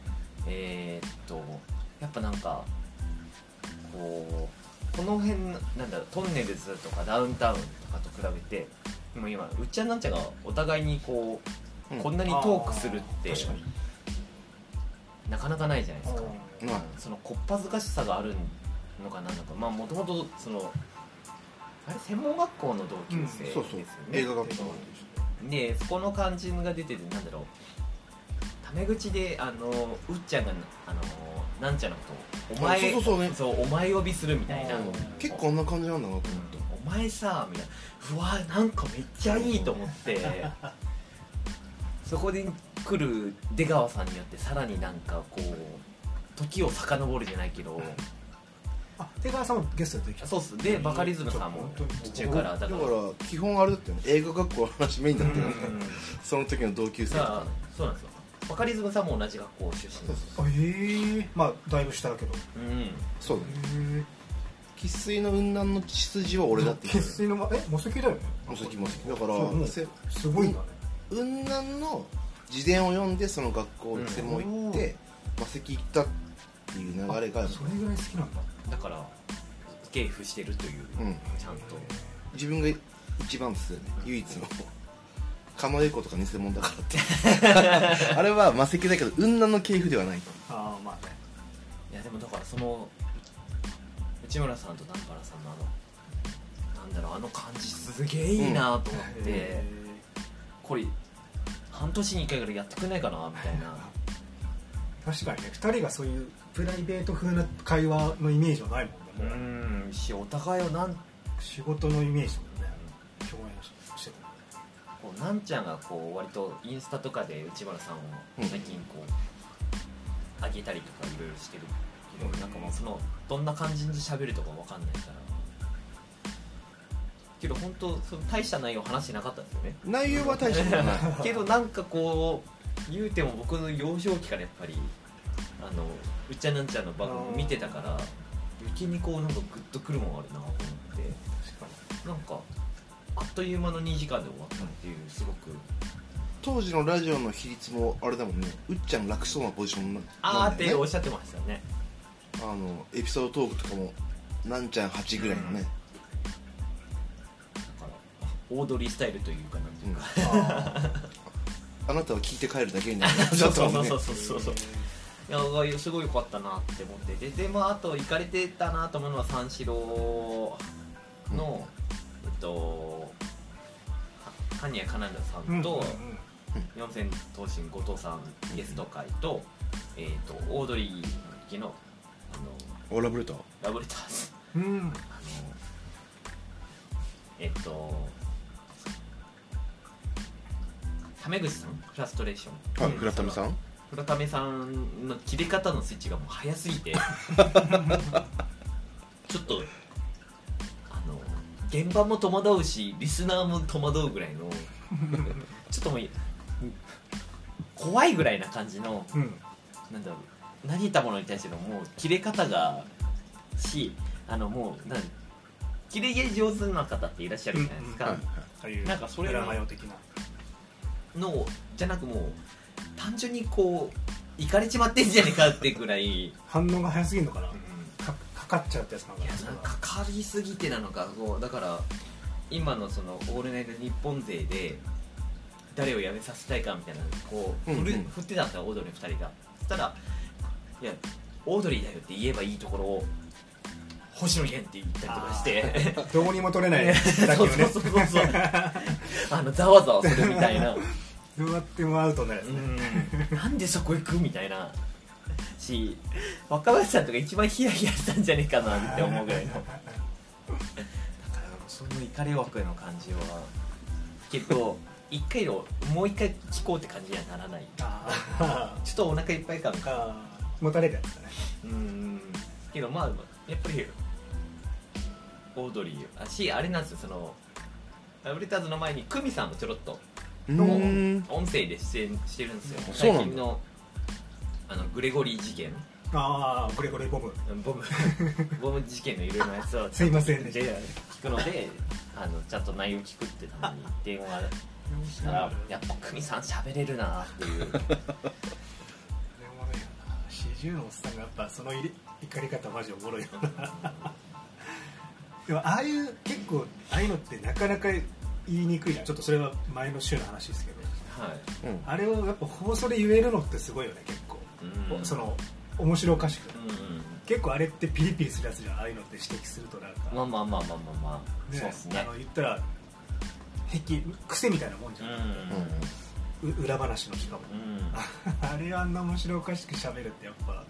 Speaker 1: えーっとやっぱなんかこうこの辺なんだろうトンネルズとかダウンタウンとかと比べてでも今うっちゃんなんちゃんがお互いにこう、
Speaker 2: うん
Speaker 1: こんなにトークするって
Speaker 3: あー確かに
Speaker 1: なかなかないじゃないですか、
Speaker 2: まあ
Speaker 1: そのこっぱずかしさがあるのかなんだかまあもともとそのあれ専門学校の同級生です
Speaker 2: そ
Speaker 1: よ
Speaker 2: うそう
Speaker 1: ね、
Speaker 2: 映画学科
Speaker 1: でそこの感じが出ててなんだろうタメ口であのうっちゃんがあのなんちゃんのことをお前
Speaker 2: あそうそうそうね
Speaker 1: そうお前呼びするみたいな
Speaker 3: うん
Speaker 2: 結構あんな感じなんだなと思っ
Speaker 1: お前さみたいなうわなんかめっちゃいいと思ってそこで来る出川さんによってさらになんかこう時を遡るじゃないけど
Speaker 3: あ手川さんもゲストで出てきた
Speaker 1: そうっすでバカリズムさんも途中から
Speaker 2: た
Speaker 1: だ
Speaker 2: だ
Speaker 1: か
Speaker 2: からら基本あれだったよね映画学校の話メインだったよ
Speaker 1: う
Speaker 2: ね
Speaker 1: ん
Speaker 2: その時の同級生と
Speaker 1: さ
Speaker 2: か
Speaker 1: あそうなんですよバカリズムさんも同じ学校出身です
Speaker 3: あええまあだいぶ下だけどへ
Speaker 1: うん
Speaker 2: そうだね
Speaker 3: え
Speaker 2: 生粋の雲南の血筋は俺だって言う
Speaker 3: 生粋のまえモセキだよね
Speaker 2: もさきもさきだか
Speaker 3: そうも
Speaker 2: ら
Speaker 3: う
Speaker 2: せ
Speaker 3: すごいんだね
Speaker 2: 雲南の自伝を読んでその学校に専門行ってマセキ行ったっていう流れが
Speaker 3: それぐらい好きなんだ
Speaker 1: だから芸付してるという、
Speaker 2: うん
Speaker 1: ちゃんと
Speaker 2: 自分が一番ですよね唯一の釜エコとか偽物だからってあれはマセキだけど雲南の系譜ではない
Speaker 3: ああまあね
Speaker 1: いやでもだからその内村さんと南原さんのあのなんだろうあの感じすげえいいなと思って、
Speaker 3: へえ
Speaker 1: これ半年に1回ぐらいやってくんないかなみたいな
Speaker 3: 確かにね2人がそういうプライベート風な会話のイメージはないも
Speaker 1: うん
Speaker 3: ね、も
Speaker 1: んしお互いをなん
Speaker 3: う仕事のイメージだもんね共演してたも
Speaker 1: こ
Speaker 3: んね
Speaker 1: うなんちゃんがこう割とインスタとかで内村さんを最近こう上げたりとかいろいろしてるけど、なんかもうそのどんな感じで喋るとかわかんないからけど本当その大した内容話してなかったんですよね
Speaker 2: 内容は大したことな い
Speaker 1: けどなんかこう言うても僕の幼少期からやっぱりあのうっちゃなんちゃんの番組見てたから余計にこうなんかグッとくるもんあるなと思って。
Speaker 3: 確かに
Speaker 1: なんかあっという間の2時間で終わったっていうすごく
Speaker 2: 当時のラジオの比率もあれだもんねうっちゃん楽そうなポジションな
Speaker 1: あー
Speaker 2: なん
Speaker 1: っ
Speaker 2: だ
Speaker 1: て
Speaker 2: よ
Speaker 1: お
Speaker 2: ね
Speaker 1: っしゃってましたね
Speaker 2: あのエピソードトークとかもなんちゃん8ぐらいのね、
Speaker 1: だからオードリースタイルというかなんて いうか、
Speaker 2: あなたは聞いて帰るだけになるち
Speaker 1: そう
Speaker 2: ょっと
Speaker 1: そう
Speaker 2: ね
Speaker 1: そうそうそうそういやすごい良かったなって思ってででまああと行かれてたなと思うのは三四郎の、えっとカニヤカナンダさんと、四千頭身後藤さんゲスト会と,、えっとオードリーの時のあの
Speaker 2: オーラブレター
Speaker 1: ラブレターズ
Speaker 3: うんうん、うん
Speaker 1: あのえっとタメ口さんフラストレーション
Speaker 2: はい倉谷さん
Speaker 1: 村上さんの切れ方のスイッチがもう早すぎ てちょっとあの現場も戸惑うしリスナーも戸惑うぐらいのちょっともう怖いぐらいな感じの
Speaker 3: うん
Speaker 1: なんだろう投げたものに対してのもう切れ方がしあのもうなん切れ毛上手な方っていらっしゃるじゃないです
Speaker 2: はい
Speaker 1: か
Speaker 2: はい、
Speaker 3: ああいう
Speaker 1: なんかそれ
Speaker 3: ド
Speaker 1: が
Speaker 3: ラマ用的な
Speaker 1: のじゃなくもう単純にこういかれちまってんじゃねえかってぐらい、
Speaker 3: 反応が早すぎるのかな、
Speaker 1: い
Speaker 3: かかかっちゃうってやつなんか
Speaker 1: やなんかかかりすぎてなのかこうだから今のその「オールナイト日本勢で誰を辞めさせたいかみたいなのをこう振る、
Speaker 2: うんうん
Speaker 1: 振ってたんですよオードリーの2人がそしたら「いやオードリーだよ」って言えばいいところを「星野源」って言ったりとかして。
Speaker 3: どうにも取れないだけ
Speaker 1: そ
Speaker 3: を
Speaker 1: う
Speaker 3: ね
Speaker 1: そうそう そう あのざわざわするみたいな
Speaker 3: どうやってもアウトになるやつね、
Speaker 1: うんなんでそこ行くみたいなし若林さんとか一番ヒヤヒヤしたんじゃねえかなって思うぐらいのだからその怒り枠の感じは結構一回のもう一回聞こうって感じにはならない
Speaker 3: ああ
Speaker 1: ちょっとお腹いっぱい感が
Speaker 3: ああ 持たれるやつだね
Speaker 1: うんけどまあやっぱりオードリーあしあれなんですよそのラブレターズの前に久美さんもちょろっと
Speaker 2: う
Speaker 1: の
Speaker 2: ーん
Speaker 1: 音声で出演してるんですよ
Speaker 2: そう
Speaker 1: 最
Speaker 2: なんだ
Speaker 1: 近のあのグレゴリー事件
Speaker 3: ああグレゴリーボム
Speaker 1: ボ ムボム事件のいろいろなやつを
Speaker 3: すいませんね
Speaker 1: で聞くのであのちゃんと内容聞くってたのに電話したらやっぱ久美さん喋れるなっていう
Speaker 3: でもおもろいよな40のおっさんがやっぱその入り怒り方マジおもろいよなでもああいう結構ああいうのってなかなか言いにくいじゃんちょっとそれは前の週の話ですけど
Speaker 1: はい
Speaker 2: うん
Speaker 3: あれをやっぱ放送で言えるのってすごいよね結構、
Speaker 1: うん
Speaker 3: その面白おかしく
Speaker 1: うん
Speaker 3: 結構あれってピリピリするやつじゃんああいうのって指摘するとなんか、
Speaker 1: まあまあまあまあまあまあ、
Speaker 3: ね
Speaker 1: そうですね
Speaker 3: あの言ったら癖癖みたいなもんじ
Speaker 1: う
Speaker 3: ゃ
Speaker 1: ん
Speaker 3: ん、
Speaker 2: うん
Speaker 3: う裏話のしかも
Speaker 1: うん
Speaker 3: あれあんな面白おかしく喋るってやっぱ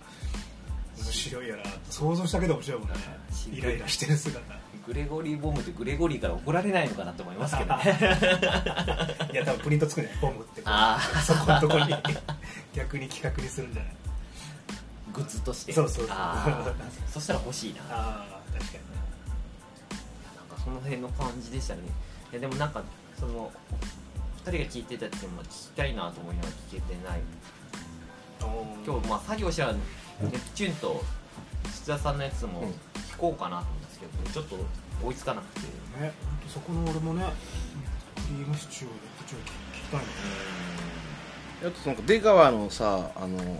Speaker 3: 面白いやな想像したけど面白いもんね
Speaker 1: し
Speaker 3: イライラしてる 姿
Speaker 1: グレゴリーボムってグレゴリーから怒られないのかなと思いますけど ね
Speaker 3: いや多分プリントつくねボムってこう
Speaker 1: あ
Speaker 3: そこのとこに逆に企画にするんじゃない
Speaker 1: ーグッズとして
Speaker 3: そうそうそう
Speaker 1: あーそしたら欲しいな
Speaker 3: ああ確かにね
Speaker 1: なんかその辺の感じでしたねいやでもなんかその2人が聞いてたっていうのも聞きたいなと思いながら聞けてない今日まあ作業したらネプチューンと土田さんのやつも
Speaker 2: うん
Speaker 1: 聞こうかなと思うんですけどちょっと追いつかなくて
Speaker 3: 日ねほんとそこの俺もねクリームシチューレッドチュー聞きたいの
Speaker 2: あとその出川のさあのなん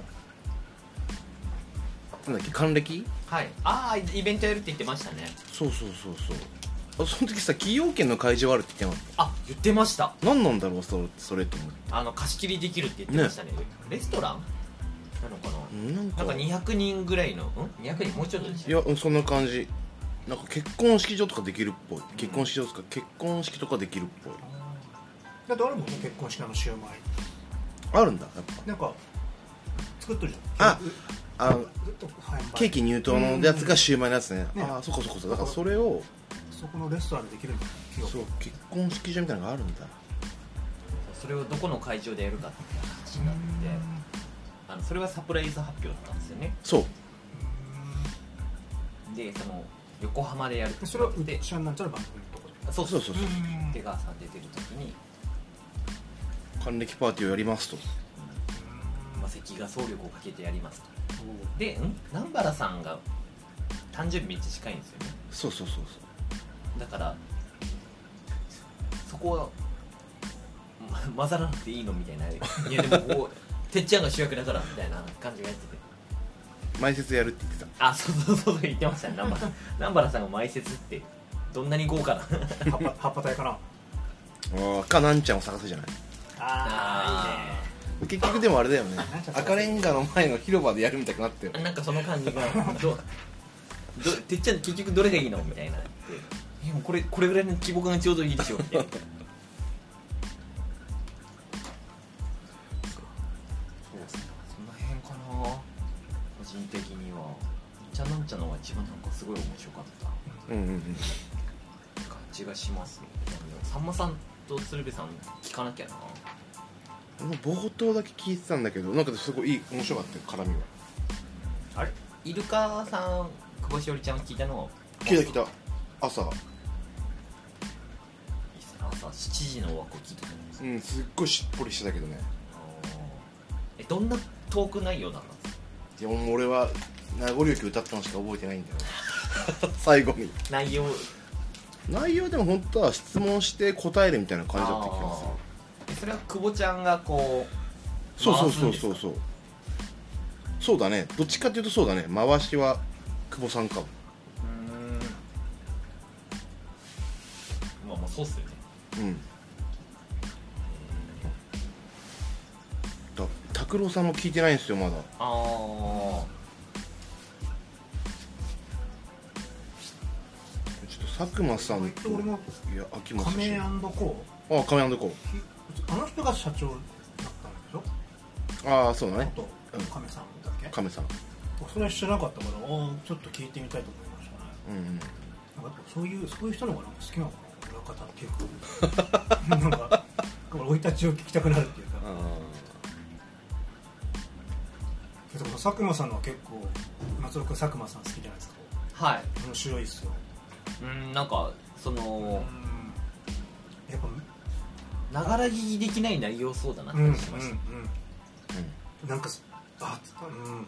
Speaker 2: だっけ還暦
Speaker 1: はいああイベントやるって言ってましたね
Speaker 2: そうそうそうそうあその時さ崎陽軒の会場あるって言ってなかっ
Speaker 1: あ言ってました
Speaker 2: た何なんだろうそれそれと思って
Speaker 1: あの貸し切りできるって言ってましたねレストランなのかな、
Speaker 2: うんなん
Speaker 1: な
Speaker 2: か
Speaker 1: んか200人ぐらいのん200人もうちょっとでした
Speaker 2: いやうんそんな感じなんか結婚式場とかできるっぽい結婚式場とか結婚式とかできるっぽい
Speaker 3: だってあるもんね結婚式のシューマイ
Speaker 2: あるんだやっ
Speaker 3: なんか作ってるじゃん
Speaker 2: あぱあの
Speaker 3: ずっと販売
Speaker 2: ケーキ入刀のやつがシューマイのやつね、
Speaker 3: うん
Speaker 2: ああそっかそっかそっかだからそれを
Speaker 3: そこのレストランでできるんだよ今日
Speaker 2: そう結婚式場みたいなのがあるんだ
Speaker 1: それをどこの会場でやるかっていう話になってあのそれはサプライズ発表だったんですよね
Speaker 2: そう
Speaker 1: でその横浜でやる
Speaker 3: で
Speaker 1: と
Speaker 3: それはう
Speaker 1: で
Speaker 3: ちはなんちゃら番組のところ
Speaker 1: そう
Speaker 2: そ
Speaker 1: そうう
Speaker 2: そ
Speaker 1: そうう
Speaker 2: そう
Speaker 1: 出川さん出てる時に、
Speaker 2: 還暦パーティーをやりますと
Speaker 1: まあ、関が総力をかけてやりますとでん南原さんが誕生日めっちゃ近いんですよね
Speaker 2: そうそうそう
Speaker 1: だからそこはま混ざらなくていいのみたいないやでもこ うてっちゃんが主役だからみたいな感じがやってて
Speaker 2: そう前説やるって言ってた
Speaker 1: あそうそうそうそう言ってましたね南原南原さんが埋設ってどんなに豪華な
Speaker 3: うん葉っぱ葉っぱ隊かな
Speaker 2: ああかなんちゃんを探せじゃない
Speaker 3: あ
Speaker 1: あ
Speaker 2: 結局でもあれだよね
Speaker 3: なんちゃん
Speaker 2: 赤レンガの前の広場でやるみたいになってる
Speaker 1: ーいいねなんかその感じがどどてっちゃん結局どれがいいのみたいなっていやもうこれこれぐらいの規模感がちょうどいいでしょみたいなそうですねその辺かな個人的にはちゃなんちゃの方が一番なんかすごい面白かった
Speaker 2: うんうんうん
Speaker 1: 感じがしますねさんまさんと鶴瓶さん聞かなきゃな
Speaker 2: 俺も冒頭だけ聞いてたんだけどなんかすごいいい面白かったよ絡みは
Speaker 1: あれイルカさん久保しおりちゃん聞いたのは
Speaker 2: 聞いた聞いた朝
Speaker 1: いいっすね朝7時の枠を聞いてたんですよ
Speaker 2: うんすっごいしっぽりしてたけどね
Speaker 1: えどんなトーク内容だったんですか
Speaker 2: いやもう俺は名残雪歌ったのしか覚えてないんだよね 最後に
Speaker 1: 内容
Speaker 2: 内容でも本当は質問して答えるみたいな感じだった気がする
Speaker 1: あーえそれは久保ちゃんがこう
Speaker 2: そうそうそうそう
Speaker 1: 回すんですか
Speaker 2: そうそうだねどっちかっていうとそうだね回しは久保さんかも
Speaker 1: うーんまあまあそうっすよね
Speaker 2: うんだ拓郎さんも聞いてないんですよまだ
Speaker 1: あ
Speaker 2: ちょっと佐久間さんと
Speaker 3: 俺も
Speaker 2: いや秋元
Speaker 3: カ
Speaker 2: 氏
Speaker 3: メコ
Speaker 2: あカメアンドコ
Speaker 3: ーあの人が社長だったんでしょ
Speaker 2: ーああそうだね
Speaker 3: 元カメさんだっけ
Speaker 2: カメさん
Speaker 3: それは知らなかったからあーちょっと聞いてみたいと思いましたね
Speaker 2: うんうん
Speaker 3: なんかやっぱそういうそういう人の方がなんか好きなのか な裏方結構なんか生い立ちを聞きたくなるっていうか、けど佐久間さんのは結構松尾君佐久間さん好きじゃないですか
Speaker 1: あはい
Speaker 3: 面白いっすよ
Speaker 1: うんなんかその
Speaker 3: やっぱ
Speaker 1: ながら聞きできない内容そうだなって
Speaker 3: うんうん
Speaker 1: 感
Speaker 3: う
Speaker 1: じしました、
Speaker 3: んなんかあうん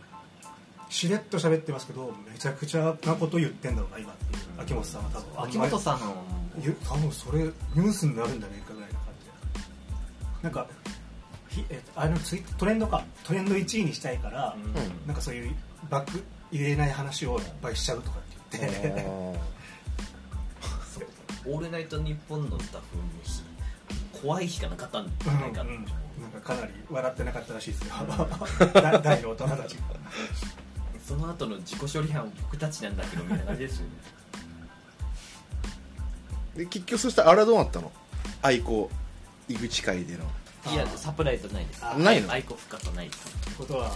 Speaker 3: しれっと喋ってますけどめちゃくちゃなこと言ってんだろうな今っていう秋元さんは多分
Speaker 1: 秋元さん
Speaker 3: ゆ多分それニュースになるんじゃねえかぐらいな感じでなんかひえっとあれのツイトレンドかトレンド1位にしたいか
Speaker 1: う
Speaker 3: ら、
Speaker 1: ん
Speaker 3: なんかそういうバック入れない話をいっぱいしちゃうとかって言って
Speaker 1: オールナイトニッポンのスタッフの日怖い日がなかったんじ
Speaker 3: う
Speaker 1: ゃ
Speaker 3: ん
Speaker 1: ないかって、
Speaker 3: うんなんかかなり笑ってなかったらしい ですよだ大の大人たちが
Speaker 1: その後の自己処理班僕たちなんだけどみたいな感じですよね
Speaker 2: うんで結局そしたらあれはどうなったの愛子井口会での
Speaker 1: いや
Speaker 3: あー
Speaker 1: サプライズはないです
Speaker 3: あ
Speaker 2: ないの
Speaker 1: 愛子復活はないです
Speaker 3: ことは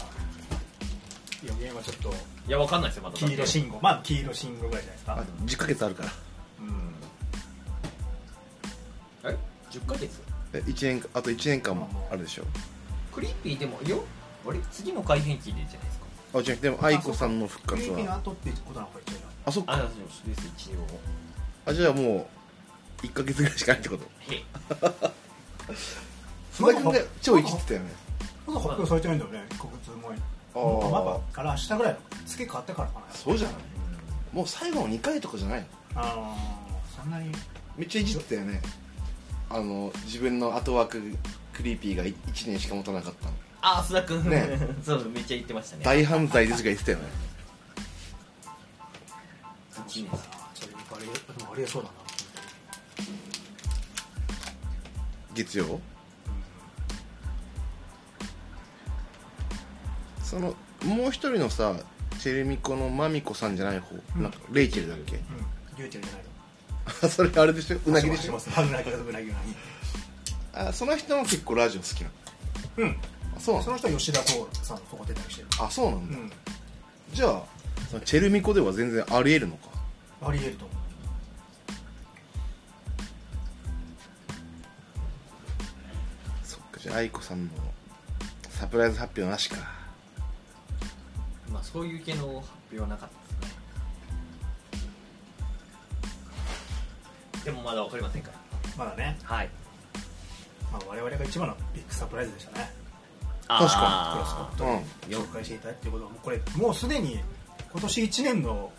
Speaker 3: いやゲームはちょっと
Speaker 1: いやわかんないですよまだ
Speaker 3: 黄色信号まあ黄色信号ぐらいじゃないですか、
Speaker 2: あ10ヶ月あるから
Speaker 1: うんえ10ヶ月
Speaker 2: え一年あと1年間もあるでしょ
Speaker 1: クリーピーでもよあれ次の改変期でじゃないですか
Speaker 2: あ違うでも愛子さんの復
Speaker 3: クリ
Speaker 2: 活
Speaker 3: ーピーの
Speaker 2: は
Speaker 3: 後ってことなのか一応
Speaker 2: あそっ
Speaker 1: あ
Speaker 2: か
Speaker 1: そうです一応
Speaker 2: あじゃあもう1ヶ月ぐらいしかないってこと
Speaker 1: へい
Speaker 2: 須田君が超生きてたよね
Speaker 3: まだ発表されてないんだよね1ヶ月前に
Speaker 2: あ
Speaker 3: ま
Speaker 2: あ
Speaker 3: あ、から明日ぐらいの月変わってからかな
Speaker 2: そうじゃないもう最後の2回とかじゃないの
Speaker 3: あのーそんなに
Speaker 2: めっちゃいじってたよねあの自分の後枠クリーピーが1年しか持たなかったの
Speaker 1: あ須田君
Speaker 2: ね
Speaker 1: そうめっちゃ言ってましたね
Speaker 2: 大犯罪ですが言ってたよね
Speaker 3: 楽しみだなちょっとあれでもありえそうだな
Speaker 2: 月曜そのもう一人のさチェルミコのマミコさんじゃない方、
Speaker 3: うん
Speaker 2: なんかレイチェルだっけ
Speaker 3: うんリューチェルじゃないの
Speaker 2: あそれあれでしょうなぎでし
Speaker 3: しま
Speaker 2: ょ
Speaker 3: すうなぎだうなぎうなぎ
Speaker 2: あその人も結構ラジオ好きなの
Speaker 3: うん
Speaker 2: そうな
Speaker 3: そ
Speaker 2: の
Speaker 3: の人は吉田剛さんとこ出たりしてる
Speaker 2: あそうなん
Speaker 3: う
Speaker 2: だ、
Speaker 3: ん
Speaker 2: じゃあそのチェルミコでは全然ありえるのか
Speaker 3: ありえると思う
Speaker 2: そっかじゃあ愛子さんのサプライズ発表なしか
Speaker 1: まあそういう系の発表はなかったですねでもまだ分かりませんから
Speaker 3: まだね、
Speaker 1: はい
Speaker 3: まあ、我々が一番のビッグサプライズでしたね
Speaker 2: 確
Speaker 3: クロスコ
Speaker 4: あ
Speaker 3: ットに紹介していただいてことはもうこれもうすでに今年1年の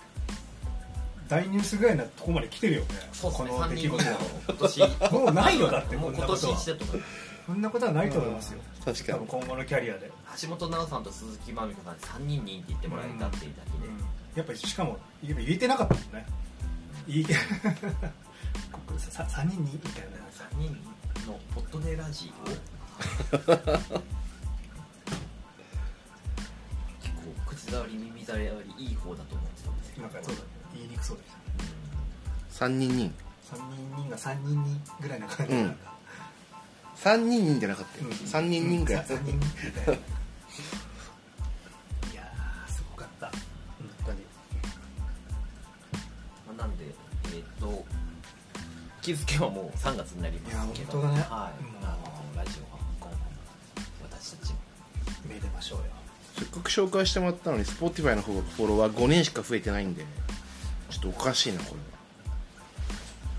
Speaker 3: 大ニュースぐらいなとこまで来てるよね
Speaker 1: そうです
Speaker 3: こ
Speaker 1: ね
Speaker 3: の
Speaker 1: 3
Speaker 3: 出来
Speaker 1: 人
Speaker 3: 事は
Speaker 1: 今年
Speaker 3: もうないよだって
Speaker 1: もう
Speaker 3: こんな
Speaker 1: 今
Speaker 3: こ
Speaker 1: 年
Speaker 3: とは
Speaker 1: 一だと思います
Speaker 3: そんなことはないと思いますよ、
Speaker 2: 確か
Speaker 3: 多
Speaker 2: に
Speaker 3: 分今後のキャリアで、
Speaker 1: 橋本奈緒さんと鈴木まみこさん3人にって言ってもらえたっていうだけで、
Speaker 3: やっぱりしかもやっぱ言えてなかったもんね 言えてここさ3人にみたいな
Speaker 1: 3人のポットネラジオ結構口触り耳触りいい方だと思ってたんですけど
Speaker 3: なんかそうだね言いにくそうでし
Speaker 2: 3人人
Speaker 3: た3人人が3人にぐらいな感じ
Speaker 2: うん
Speaker 3: なんか、
Speaker 2: 3人人じゃなかったよ、
Speaker 3: うん
Speaker 2: 3人人ぐらい、
Speaker 3: 3人みたいないやーすごかった本当に
Speaker 1: まあなんでえっ、と気づけばもう3月になりますけど
Speaker 3: いや本当だね
Speaker 1: はい
Speaker 3: うん
Speaker 1: あのラジオは今後も私たちも
Speaker 3: めでましょうよ
Speaker 2: せっかく紹介してもらったのに Spotify の方がフォロワー5人しか増えてないんでちょっとおかしいなこれ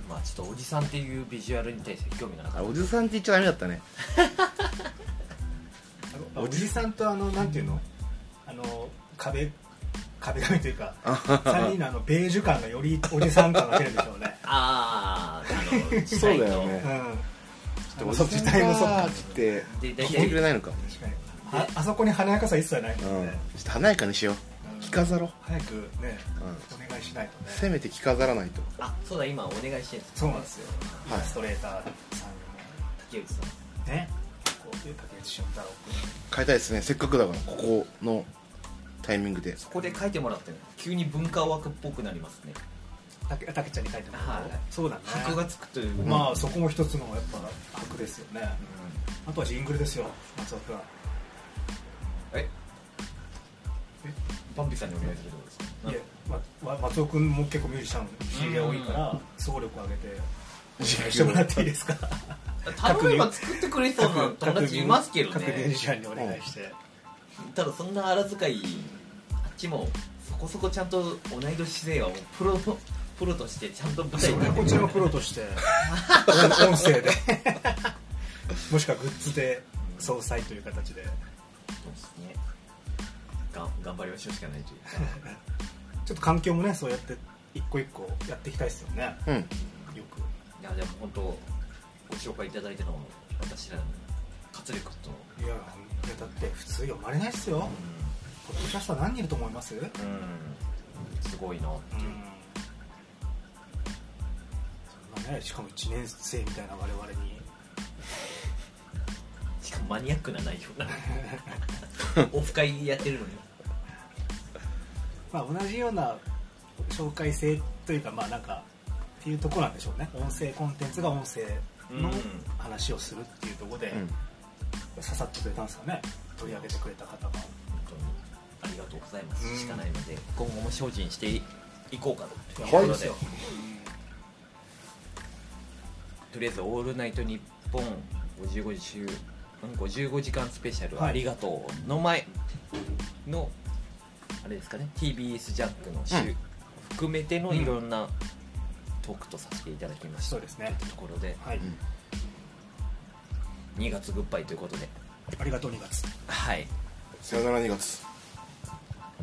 Speaker 1: まあちょっとおじさんっていうビジュアルに対して興味がなか
Speaker 2: は
Speaker 1: っ
Speaker 2: あおじさんって言っちゃダメだったね
Speaker 3: あおじさんとあのなんていうのあの壁壁紙というか3人のあのベージュ感がよりおじさん感が出るんでしょうね
Speaker 1: たあああの
Speaker 2: そうだよねち
Speaker 3: うん
Speaker 2: ょ
Speaker 3: あ
Speaker 2: っ
Speaker 3: の
Speaker 2: とおじさん
Speaker 3: もそう
Speaker 2: が
Speaker 3: か
Speaker 2: っつって
Speaker 1: で
Speaker 2: 聞
Speaker 1: 大
Speaker 2: い
Speaker 1: 体
Speaker 2: てくれないのか
Speaker 3: 確かにああそこに華やかさ一切ない
Speaker 2: うんち
Speaker 3: もん
Speaker 2: ょ
Speaker 3: ね、
Speaker 2: っと華やかにしよ
Speaker 3: うん
Speaker 2: う着飾ろう
Speaker 3: 早くね、
Speaker 2: う
Speaker 3: お願いしないとね
Speaker 2: せめて着飾らないと
Speaker 1: あそうだ今お願いしてるんです
Speaker 3: そうなんですよ、
Speaker 2: はい
Speaker 3: イラストレーターさんに
Speaker 1: 竹内さん
Speaker 3: もねこういう竹内俊太郎君
Speaker 2: 変えたいですねせっかくだからここのタイミングで
Speaker 1: そこで書いてもらっても急に文化枠っぽくなりますね
Speaker 3: たけたけちゃんに書いてもらう、
Speaker 1: はい
Speaker 3: そうだね
Speaker 1: 箔がつくという、
Speaker 3: まあそこも一つのやっぱ箔ですよね、あとはジングルですよ松尾君
Speaker 1: え
Speaker 3: え
Speaker 1: バンビさんにお願いするってことですか
Speaker 3: いや、ま、わ松尾君も結構ミュージシャン知り合い多いから総力を上げてお願いしてもらっていいですか
Speaker 1: 頼めば作ってくれそうな友達いますけど
Speaker 3: 各ミュージ
Speaker 1: ね
Speaker 3: シャンにお願いして、
Speaker 1: ただそんな荒遣いあっちもそこそこちゃんと同い年勢はもうプロのプロとしてちゃんと舞台
Speaker 3: そ
Speaker 1: に
Speaker 3: れ
Speaker 1: 立
Speaker 3: こ
Speaker 1: っ
Speaker 3: ち
Speaker 1: て
Speaker 3: ら
Speaker 1: る
Speaker 3: のプロと して音音声でもしくはグッズで総裁という形で
Speaker 1: そうですねが頑張りましょうしかないというか
Speaker 3: ちょっと環境もねそうやって一個一個やっていきたいですよね
Speaker 2: う
Speaker 3: よ
Speaker 2: ん
Speaker 3: く
Speaker 1: いやでも本当ご紹介いただいたのは私らの活力と、
Speaker 3: いやいやだって普通読まれないっすよポッドキャスター何人いると思いますうん
Speaker 1: うん、すごいなっていう、
Speaker 3: そんなねしかも1年生みたいな我々に
Speaker 1: しかもマニアックな内容な オフ会やってるのに
Speaker 3: まあ同じような紹介性というかまあなんかっていうところなんでしょうね音声コンテンツが音声の話をするっていうところで、
Speaker 2: うん
Speaker 3: ささっとくれたんですかね取り上げてくれた方が
Speaker 1: 本当にありがとうございます、
Speaker 3: うん
Speaker 1: しかないので今後も精進していこうかなという
Speaker 3: やば
Speaker 1: こ
Speaker 3: いで
Speaker 1: と
Speaker 3: す
Speaker 1: で
Speaker 3: よ
Speaker 1: とりあえず「オールナイトニッポン55週ん55時間スペシャル
Speaker 3: はい
Speaker 1: ありがとう」の前のあれですかね TBS ジャックの週、
Speaker 2: うん
Speaker 1: 含めての
Speaker 3: うん
Speaker 1: いろんなトークとさせていただきました
Speaker 3: そうですね
Speaker 1: というところで
Speaker 3: はい、
Speaker 2: ん
Speaker 1: 2月グッバイということで
Speaker 3: ありがとう2月
Speaker 1: はい
Speaker 2: さよなら2月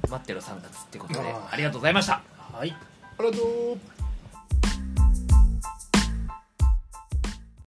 Speaker 1: 待ってろ3月ってことで
Speaker 3: あー
Speaker 1: ありがとうございました
Speaker 3: はい
Speaker 2: ありがとう